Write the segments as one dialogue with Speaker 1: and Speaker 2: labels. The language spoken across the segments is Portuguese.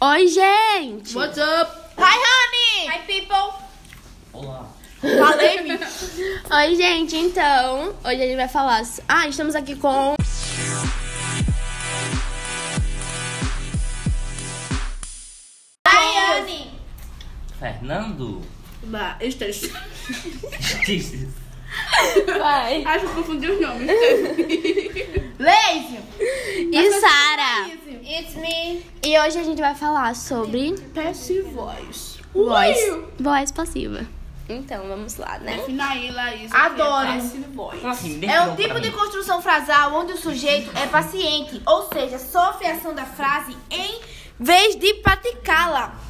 Speaker 1: Oi, gente!
Speaker 2: What's up?
Speaker 3: Hi, honey!
Speaker 2: Hi, people!
Speaker 4: Olá.
Speaker 3: Falei, me
Speaker 1: Oi, gente, então, hoje a gente vai falar. Ah, estamos aqui com.
Speaker 3: Hi, honey!
Speaker 4: Fernando.
Speaker 2: Bah, Estes.
Speaker 1: Vai!
Speaker 2: Acho que confundi os nomes.
Speaker 3: Lazy!
Speaker 1: E Sara!
Speaker 3: It's me!
Speaker 1: E hoje a gente vai falar sobre
Speaker 2: Passe voz.
Speaker 1: voz, voz passiva. Então, vamos lá, né?
Speaker 2: Defina aí, Laís.
Speaker 3: Adoro.
Speaker 2: Passe voz.
Speaker 3: É um tipo de construção frasal onde o sujeito é paciente, ou seja, sofre a ação da frase em vez de praticá-la.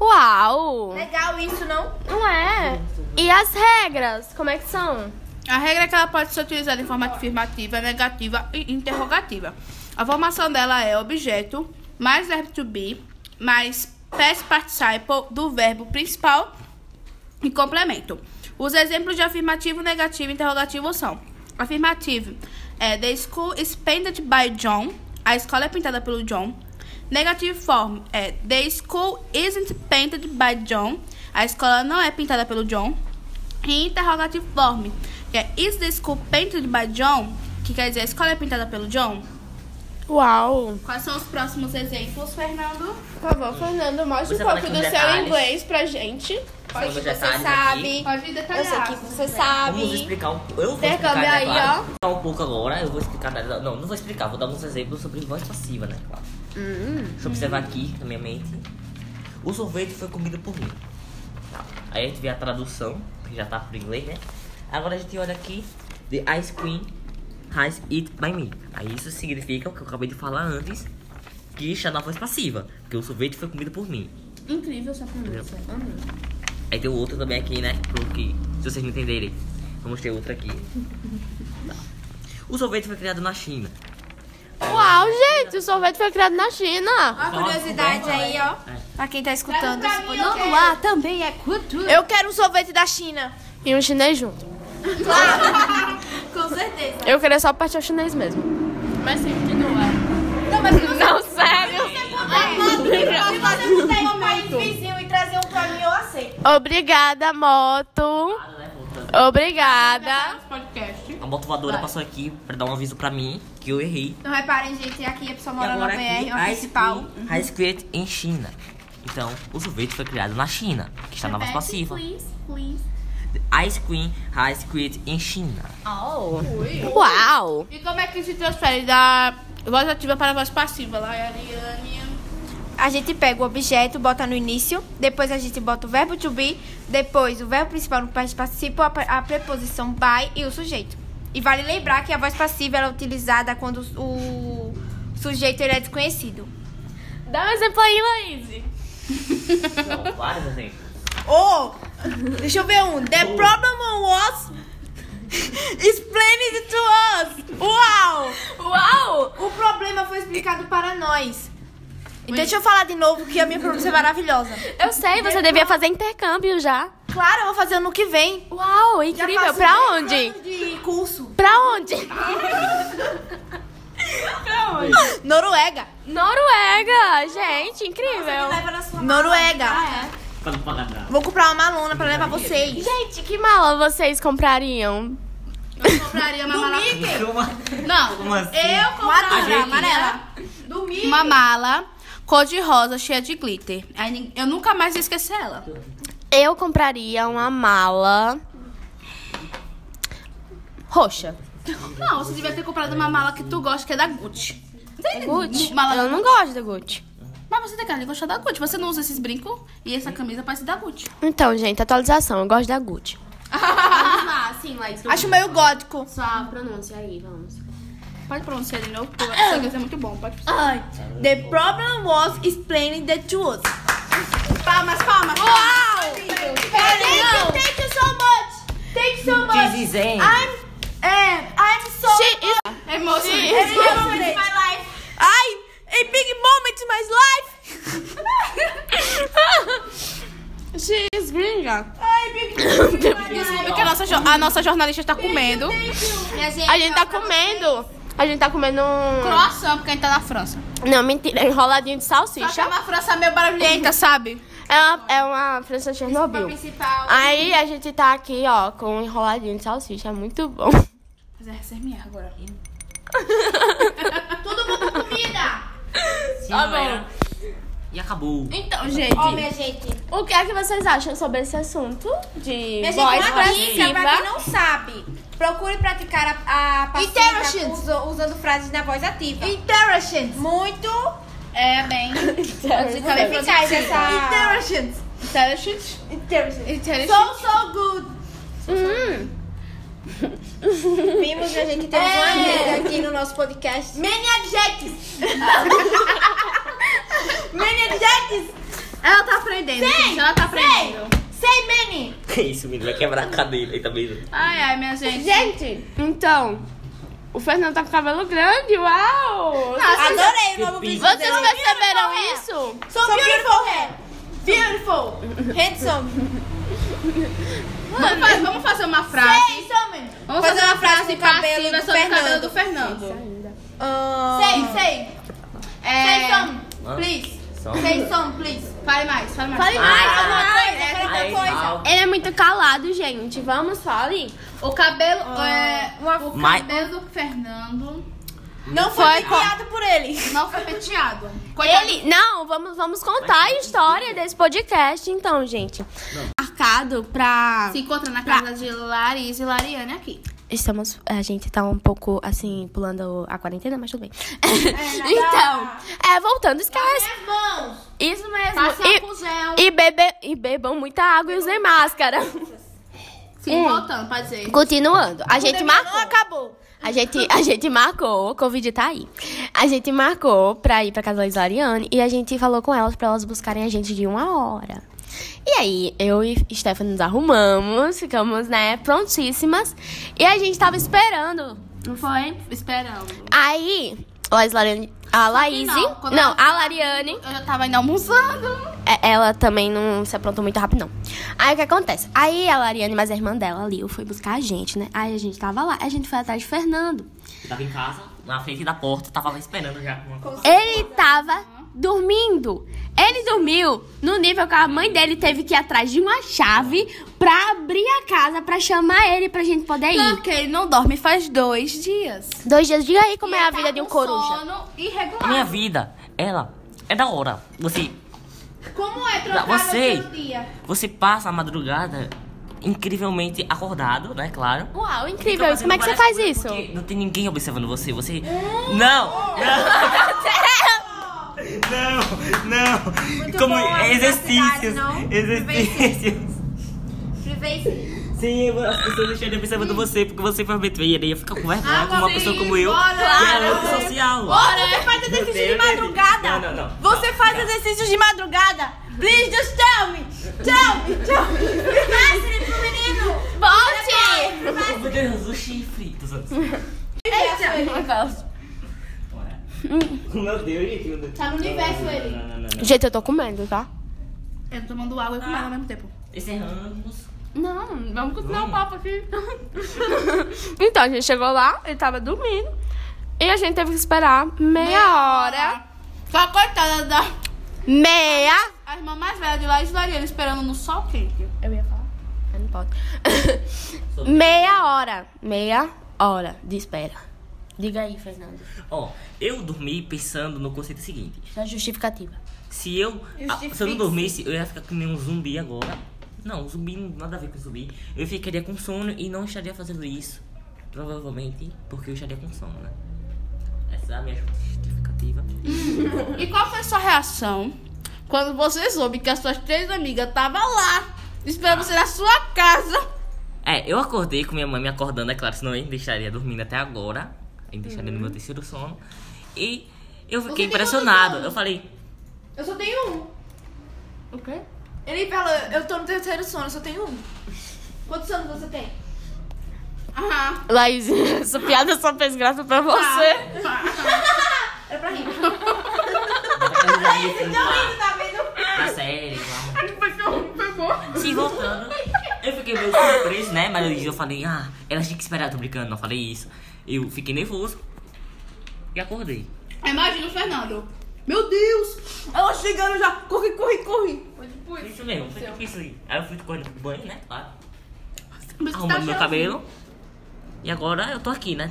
Speaker 1: Uau!
Speaker 3: Legal isso, não?
Speaker 1: Não é? E as regras, como é que são?
Speaker 2: A regra é que ela pode ser utilizada em forma afirmativa, negativa e interrogativa. A formação dela é objeto, mais verbo to be, mais past participle do verbo principal e complemento. Os exemplos de afirmativo, negativo e interrogativo são: afirmativo é The school is painted by John. A escola é pintada pelo John. Negative form é The school isn't painted by John. A escola não é pintada pelo John. E interrogative form que é Is the school painted by John? Que quer dizer a escola é pintada pelo John.
Speaker 1: Uau!
Speaker 2: Quais são os próximos exemplos, Fernando?
Speaker 1: Por favor, Fernando, mostre
Speaker 4: Você um fala pouco com do seu detalhes. inglês
Speaker 1: pra gente.
Speaker 4: Pode, você é sabe.
Speaker 2: Pode detalhar.
Speaker 1: você sabe.
Speaker 4: Vamos explicar um pouco. Eu vou
Speaker 1: Intercâmbio
Speaker 4: explicar, né,
Speaker 1: aí,
Speaker 4: claro. Vou explicar um pouco agora. Eu vou explicar. né, Não, não vou explicar. Vou dar alguns exemplos sobre voz passiva, né? Claro.
Speaker 2: Hum.
Speaker 4: Deixa eu observar aqui na minha mente. O sorvete foi comido por mim. Tá. Aí a gente vê a tradução, que já tá pro inglês, né? Agora a gente olha aqui. The ice cream has it by me. Aí isso significa o que eu acabei de falar antes. Que está na voz passiva. Porque o sorvete foi comido por mim.
Speaker 2: Incrível essa conversa.
Speaker 4: Aí tem outro também aqui, né? Pro que, se vocês não entenderem. Vamos ter outro aqui. Tá. O sorvete foi criado na China.
Speaker 1: Uau, gente, o sorvete foi criado na China.
Speaker 3: Uma curiosidade aí, ó.
Speaker 4: É.
Speaker 3: Pra quem tá escutando esse podcast.
Speaker 1: Vamos lá, também é cultura.
Speaker 3: Eu quero um sorvete da China.
Speaker 1: E um chinês junto.
Speaker 3: Com certeza.
Speaker 1: Eu queria só partir o chinês mesmo. Mas sim, continua.
Speaker 3: Não, mas se você
Speaker 1: Não, sério.
Speaker 3: puder, se você puder ir ao um país vizinho e trazer um pra mim, eu aceito.
Speaker 1: Obrigada, moto.
Speaker 4: Ah, né? Voltando.
Speaker 1: Obrigada.
Speaker 2: podcast.
Speaker 4: A moto voadora passou aqui pra dar um aviso pra mim que eu errei.
Speaker 3: Não Então reparem, gente, aqui a pessoa
Speaker 4: E
Speaker 3: mora na
Speaker 4: agora aqui, Hum.
Speaker 3: BR, uma
Speaker 4: ice
Speaker 3: principal.
Speaker 4: cream has created em China. Então, o sorvete foi criado na China, que está na voz passiva. The ice cream has created em China.
Speaker 1: Uau.
Speaker 2: E como é que se transfere da voz ativa para a voz passiva? Lá, Ariane.
Speaker 3: A gente pega o objeto, bota no início, depois a gente bota o verbo to be, depois o verbo principal no país participa, a pre- a preposição by e o sujeito. E vale lembrar que a voz passiva ela é utilizada quando o sujeito ele é desconhecido.
Speaker 1: Dá um exemplo aí, Laís.
Speaker 4: Não, Tá vários exemplos.
Speaker 3: Oh, deixa eu ver um. The problem was explained to us. Uau!
Speaker 1: Uau.
Speaker 3: O problema foi explicado para nós. Então deixa eu falar de novo que a minha pronúncia é maravilhosa.
Speaker 1: Eu sei, você devia fazer intercâmbio já.
Speaker 3: Claro, eu vou fazer ano que vem.
Speaker 1: Uau,
Speaker 3: Já
Speaker 1: incrível.
Speaker 3: faço
Speaker 1: Pra
Speaker 3: dez
Speaker 1: onde?
Speaker 3: anos De curso.
Speaker 1: Pra onde?
Speaker 3: Noruega.
Speaker 1: Noruega, gente, incrível.
Speaker 3: Noruega.
Speaker 1: Ah,
Speaker 4: Pra não pagar
Speaker 1: é.
Speaker 4: nada.
Speaker 3: Vou comprar uma malona pra levar vocês.
Speaker 1: Gente, que mala vocês comprariam?
Speaker 2: Eu compraria uma mala. Não,
Speaker 4: Como assim?
Speaker 2: eu compraria amarela. Uma mala cor de rosa cheia de glitter. Aí nin- Eu nunca mais ia esquecer ela.
Speaker 1: Eu compraria uma mala roxa.
Speaker 2: Não, você devia ter comprado uma mala que tu gosta, que é da Gucci. É
Speaker 1: Gucci?
Speaker 2: Mala
Speaker 1: Eu não gosto da Gucci.
Speaker 2: Mas você tem cara de gostar da Gucci. Você não usa esses brincos e essa camisa parece da Gucci.
Speaker 1: Então, gente, atualização. Eu gosto da Gucci.
Speaker 5: Vamos
Speaker 1: Ah,
Speaker 5: lá, sim, Laís.
Speaker 3: Acho meio gótico.
Speaker 5: Só pronúncia aí, vamos.
Speaker 2: Pode pronunciar de novo, porque esse inglês é muito bom. Pode
Speaker 3: Ai. The problem was explaining the truth. Palmas, palmas. Uau! Thank you, thank you so much. Thank you so much.
Speaker 4: This is Zen.
Speaker 3: I'm, eh, I'm so
Speaker 2: É moço.
Speaker 3: emotional. My life. Ai, a big moment in my life.
Speaker 1: She's gringa.
Speaker 3: Ai, big moment in my life.
Speaker 2: Porque a nossa, jo- a nossa jornalista tá comendo.
Speaker 3: Thank you.
Speaker 1: A gente tá comendo A gente tá comendo um.
Speaker 2: Croissant, porque a gente tá na França.
Speaker 1: Não, mentira, enroladinho de
Speaker 2: Só que
Speaker 1: salsicha.
Speaker 2: Tá na França meio barulhenta, sabe?
Speaker 1: É uma, é uma França Chernobyl.
Speaker 3: principal.
Speaker 1: Aí a gente tá aqui, ó, com um enroladinho de salsicha, muito bom.
Speaker 2: Mas é SMR agora.
Speaker 4: Sim, não era. E acabou.
Speaker 1: Então, gente,
Speaker 3: Ó, minha gente.
Speaker 1: o que é que vocês acham sobre esse assunto de
Speaker 3: Minha gente,
Speaker 1: voz
Speaker 3: uma dica pra quem
Speaker 1: passiva?
Speaker 3: não sabe. Procure praticar a, a passiva
Speaker 5: Interactions.
Speaker 3: uso- usando frases na voz ativa. Interactions. Muito
Speaker 2: É, bem.
Speaker 3: eficaz essa...
Speaker 5: Interactions.
Speaker 2: Intelligent.
Speaker 3: Interactions.
Speaker 2: Intelligent.
Speaker 5: So, so good.
Speaker 1: Hum,
Speaker 3: Vimos, minha gente, que
Speaker 1: É.
Speaker 3: temos uma amiga aqui no nosso podcast.
Speaker 5: Many adjectives. many adjectives.
Speaker 2: Ela tá aprendendo, gente. Ela tá aprendendo.
Speaker 5: Say many.
Speaker 4: Que É isso, menino? Vai quebrar a cadeira aí também.
Speaker 2: Ai, ai, minha gente.
Speaker 1: gente, então, o Fernando tá com cabelo grande, uau!
Speaker 3: Adorei o novo
Speaker 4: Que
Speaker 3: vídeo.
Speaker 1: Ah, Vocês
Speaker 3: dela.
Speaker 1: perceberam isso?
Speaker 3: So beautiful hair. Beautiful. Handsome.
Speaker 2: Vamos fazer, vamos fazer uma frase.
Speaker 3: Handsome.
Speaker 2: Vamos fazer, uma frase
Speaker 3: do cabelo
Speaker 2: passiva
Speaker 3: do
Speaker 2: sobre o cabelo
Speaker 3: Fernando. Ah.
Speaker 2: do Fernando.
Speaker 3: Sei, sei.
Speaker 2: É...
Speaker 4: Please. Só.
Speaker 3: some, please.
Speaker 2: Fale mais, fale mais.
Speaker 1: Fale mais,
Speaker 3: Ah, é
Speaker 1: alguma coisa.
Speaker 4: Aí, mal.
Speaker 1: Ele é muito calado, gente. Vamos, fale.
Speaker 2: O cabelo... é, O
Speaker 4: Mas-
Speaker 2: cabelo do Fernando
Speaker 3: Não foi criado por ele.
Speaker 2: não foi penteado. Coitado.
Speaker 1: Ele, não, vamos, vamos contar a história desse podcast, então, gente. Marcado pra.
Speaker 2: Se encontra na casa de Larissa e Lariane aqui.
Speaker 1: Estamos. A gente tá um pouco assim, pulando a quarentena, mas tudo bem. então, é, voltando, esquece.
Speaker 5: Irmãos.
Speaker 1: Isso
Speaker 2: Passa
Speaker 1: mesmo.
Speaker 2: álcool gel.
Speaker 1: E, e, bebe, e bebam muita água e usem máscara.
Speaker 2: Sim, voltando, pode dizer.
Speaker 1: Continuando, a gente
Speaker 3: Não
Speaker 1: marcou.
Speaker 3: acabou.
Speaker 1: A gente, a gente marcou, o Covid tá aí. A gente marcou pra ir pra casa da Liz Ariane e a gente falou com elas pra elas buscarem a gente de uma hora. E aí, eu e Stephanie nos arrumamos, ficamos, né, prontíssimas. E a gente tava esperando.
Speaker 2: Não foi? Esperando.
Speaker 1: Aí, a Liz Ariane- a Laís.
Speaker 2: não, quando
Speaker 1: não,
Speaker 2: ela-
Speaker 1: a Lariane.
Speaker 2: Eu já tava ainda almoçando.
Speaker 1: É, Ela também não se aprontou muito rápido, não. Aí o que acontece? Aí a Lariane, mais a irmã dela, ali, foi buscar a gente, né? Aí a gente tava lá, a gente foi atrás de Fernando.
Speaker 4: Eu tava em casa, na frente da porta, tava lá esperando já. com uma-
Speaker 1: Ele tava dormindo. Ele dormiu no nível que a mãe dele teve que ir atrás de uma chave pra abrir a casa, pra chamar ele pra gente poder ir.
Speaker 2: Porque ele não dorme faz dois dias.
Speaker 1: Dois dias, diga aí como
Speaker 2: E
Speaker 1: é a
Speaker 2: tá
Speaker 1: vida de um
Speaker 2: com
Speaker 1: coruja.
Speaker 2: Sono
Speaker 4: A
Speaker 2: irregular.
Speaker 4: minha vida, ela, é da hora. Você,
Speaker 2: Como é
Speaker 4: Não,
Speaker 2: trocar
Speaker 4: você-
Speaker 2: no seu dia?
Speaker 4: você passa a madrugada incrivelmente acordado, né, claro.
Speaker 1: Uau,
Speaker 4: Fica
Speaker 1: incrível. isso. Como é que você
Speaker 2: Então,
Speaker 4: fazendo
Speaker 1: faz
Speaker 4: várias
Speaker 1: isso?
Speaker 4: coisas porque Não tem ninguém observando você, você... Não! Não! Não, não. Como
Speaker 3: bom, a privacidade,
Speaker 4: exercícios,
Speaker 3: não?
Speaker 4: exercícios.
Speaker 3: Privacy.
Speaker 4: Sim, as pessoas deixariam observando você, porque você foi metreira e ia ficar com vergonha com uma
Speaker 2: sim,
Speaker 4: pessoa como eu,
Speaker 2: bora.
Speaker 4: que é antissocial. Bora!
Speaker 3: Você faz exercício de madrugada.
Speaker 4: Não, não, não.
Speaker 3: Você faz exercícios de madrugada. Please just tell me. Tell me, tell me. Privacy pro menino.
Speaker 1: Volte!
Speaker 4: Meu Deus, o chifre. Tô só- Bora.
Speaker 3: Hum.
Speaker 4: Meu Deus, gente. meu Deus.
Speaker 5: Tá no universo ele.
Speaker 4: Não, não, não, não.
Speaker 1: Gente, eu tô comendo, tá?
Speaker 2: Eu tô tomando água e comendo ao mesmo tempo.
Speaker 4: Encerramos.
Speaker 1: Não, vamos continuar
Speaker 4: Vamos.
Speaker 1: o papo aqui. então, a gente chegou lá, ele tava dormindo. E a gente teve que esperar meia hora.
Speaker 2: Só a coitada da...
Speaker 1: Meia!
Speaker 2: A irmã mais velha de lá e Lariane esperando no sol quente.
Speaker 1: Eu ia falar. Mas não pode. meia hora. Meia hora de espera. Diga aí, Fernando.
Speaker 4: Ó, eu dormi pensando no conceito seguinte.
Speaker 1: Sua justificativa.
Speaker 4: Se eu, ah, se eu não dormisse, eu ia ficar que nem um zumbi agora. Não, um zumbi não nada a ver com zumbi. Eu ficaria com sono e não estaria fazendo isso. Provavelmente porque eu estaria com sono, né? Essa é a minha justificativa.
Speaker 2: E qual foi a sua reação quando você soube que as suas três amigas estavam lá, esperando você na sua casa?
Speaker 4: É, eu acordei com minha mãe me acordando, é claro, senão eu ainda estaria dormindo até agora. Ainda estaria no meu terceiro sono. E
Speaker 5: tem
Speaker 4: eu fiquei
Speaker 5: quantos
Speaker 4: impressionado.
Speaker 5: anos?
Speaker 4: Eu falei,
Speaker 3: Eu só tenho um.
Speaker 1: O quê?
Speaker 3: Ele fala, eu tô no terceiro sono, eu só tenho um. Quantos anos você tem?
Speaker 2: Aham.
Speaker 1: Laís, essa piada só fez graça pra você.
Speaker 2: Ah.
Speaker 3: Era pra rir.
Speaker 4: tá
Speaker 3: Tá vendo?
Speaker 4: sério, vamos.
Speaker 2: Foi bom, foi bom.
Speaker 4: Se voltando. Eu fiquei meio surpreso, né? Mas eu falei, ah, elas tinham que esperar, eu tô brincando, não falei isso. Eu fiquei nervoso. E acordei.
Speaker 2: Imagina o Fernando. Meu Deus! Ela chegando já. Corre, corre, corre.
Speaker 4: Isso mesmo, foi tipo isso aí. Aí eu fui correndo pro banho, né? Claro.
Speaker 2: Mas tu tá
Speaker 4: Arrumando meu
Speaker 2: cheirosinho.
Speaker 4: cabelo. E agora eu tô aqui, né?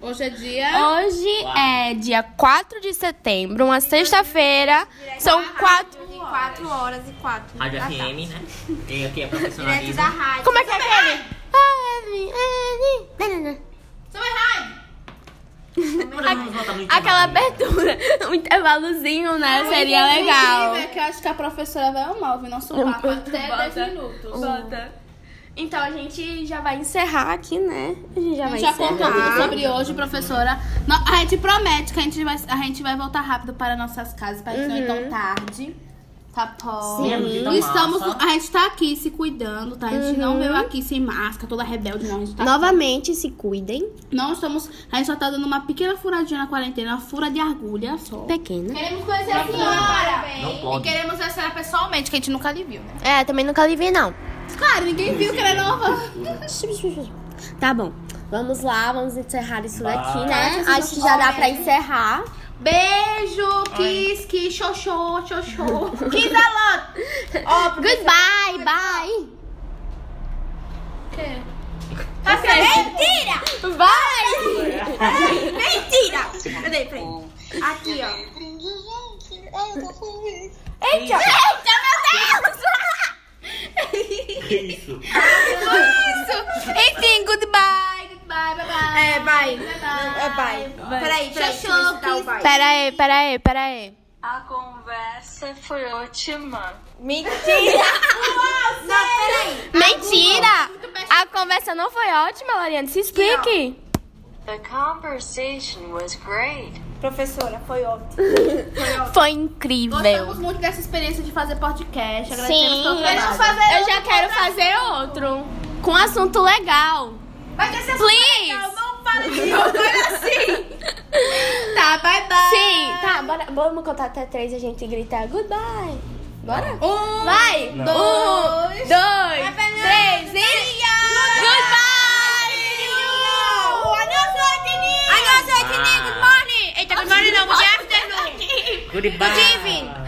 Speaker 2: Hoje é
Speaker 1: Tá.
Speaker 2: dia.
Speaker 1: Hoje é dia 4 de setembro, uma sexta-feira. São quatro.
Speaker 3: De 4 horas e 4.
Speaker 4: Rádio FM, né? Quem aqui é
Speaker 3: Direto da
Speaker 4: profissionalismo.
Speaker 3: rádio.
Speaker 1: Como é que é aquele? Ah, é, é, é, é, é, é, é, é.
Speaker 4: Vamos voltar no intervalo.
Speaker 1: Aquela abertura, um intervalozinho, né? Seria legal.
Speaker 2: É um que eu acho que a professora vai amar ouvir nosso papo até 10 minutos.
Speaker 1: Então a gente já vai encerrar aqui, né? A gente já vai
Speaker 2: Já
Speaker 1: encerrar.
Speaker 2: contou tudo sobre hoje, professora. Não, a gente promete que a gente vai, a gente vai voltar rápido para nossas casas, para não ir tão tarde. Tá bom?
Speaker 4: Sim. Sim.
Speaker 2: Não Estamos,
Speaker 4: Massa.
Speaker 2: a gente tá aqui se cuidando, tá? A gente não veio aqui sem máscara, toda rebelde, não. A gente tá
Speaker 1: Novamente, se cuidem.
Speaker 2: Não estamos. A gente só tá dando uma pequena furadinha na quarentena, uma fura de agulha só.
Speaker 1: Pequena.
Speaker 5: Queremos conhecer a senhora.
Speaker 4: Não
Speaker 3: E
Speaker 4: pode.
Speaker 3: queremos ver a senhora pessoalmente, que a gente nunca lhe viu, né?
Speaker 1: É, também nunca lhe vi, não.
Speaker 2: Claro, ninguém viu que era nova.
Speaker 1: Tá bom. Vamos lá, vamos encerrar isso
Speaker 4: Vai.
Speaker 1: daqui, né? Acho que já dá pra encerrar.
Speaker 3: Beijo, quis, que xoxô, xoxô. Quis a lot. Ó, pro-
Speaker 1: Goodbye, bye.
Speaker 3: Tá Mentira!
Speaker 1: Vai!
Speaker 3: Mentira! Peraí, peraí. Aqui, ó.
Speaker 4: Que isso?
Speaker 3: Isso! Enfim, goodbye, goodbye, bye bye. É, bye. É, bye. Peraí, peraí. Xoxô,
Speaker 2: um
Speaker 3: quis.
Speaker 1: Pera aí, pera aí, pera aí.
Speaker 6: A conversa foi ótima.
Speaker 3: Mentira! Não, peraí.
Speaker 1: Mentira! A conversa não foi ótima, Lariane. Se explique.
Speaker 6: The conversation was great.
Speaker 3: é. Professora, foi ótimo.
Speaker 1: Foi incrível.
Speaker 2: Gostamos muito dessa experiência de fazer podcast. Agradecemos
Speaker 1: Sim,
Speaker 2: todo o trabalho.
Speaker 1: eu já quero fazer outro. Com assunto legal.
Speaker 3: Vai ter essa tá,
Speaker 1: Please!
Speaker 3: Não fale de outra assim. Tá, bye bye.
Speaker 1: Sim, tá, bora. Vamos contar até três e a gente grita goodbye. Bora?
Speaker 3: Um,
Speaker 1: Vai!
Speaker 4: Não.
Speaker 1: Um,
Speaker 3: dois,
Speaker 1: dois,
Speaker 3: três e... Goodbye! Boa noite,
Speaker 1: é
Speaker 3: Nini! Boa noite, Nini! Good morning! Eita, good morning não, good afternoon!
Speaker 4: Ah, Goodbye.
Speaker 3: Good evening.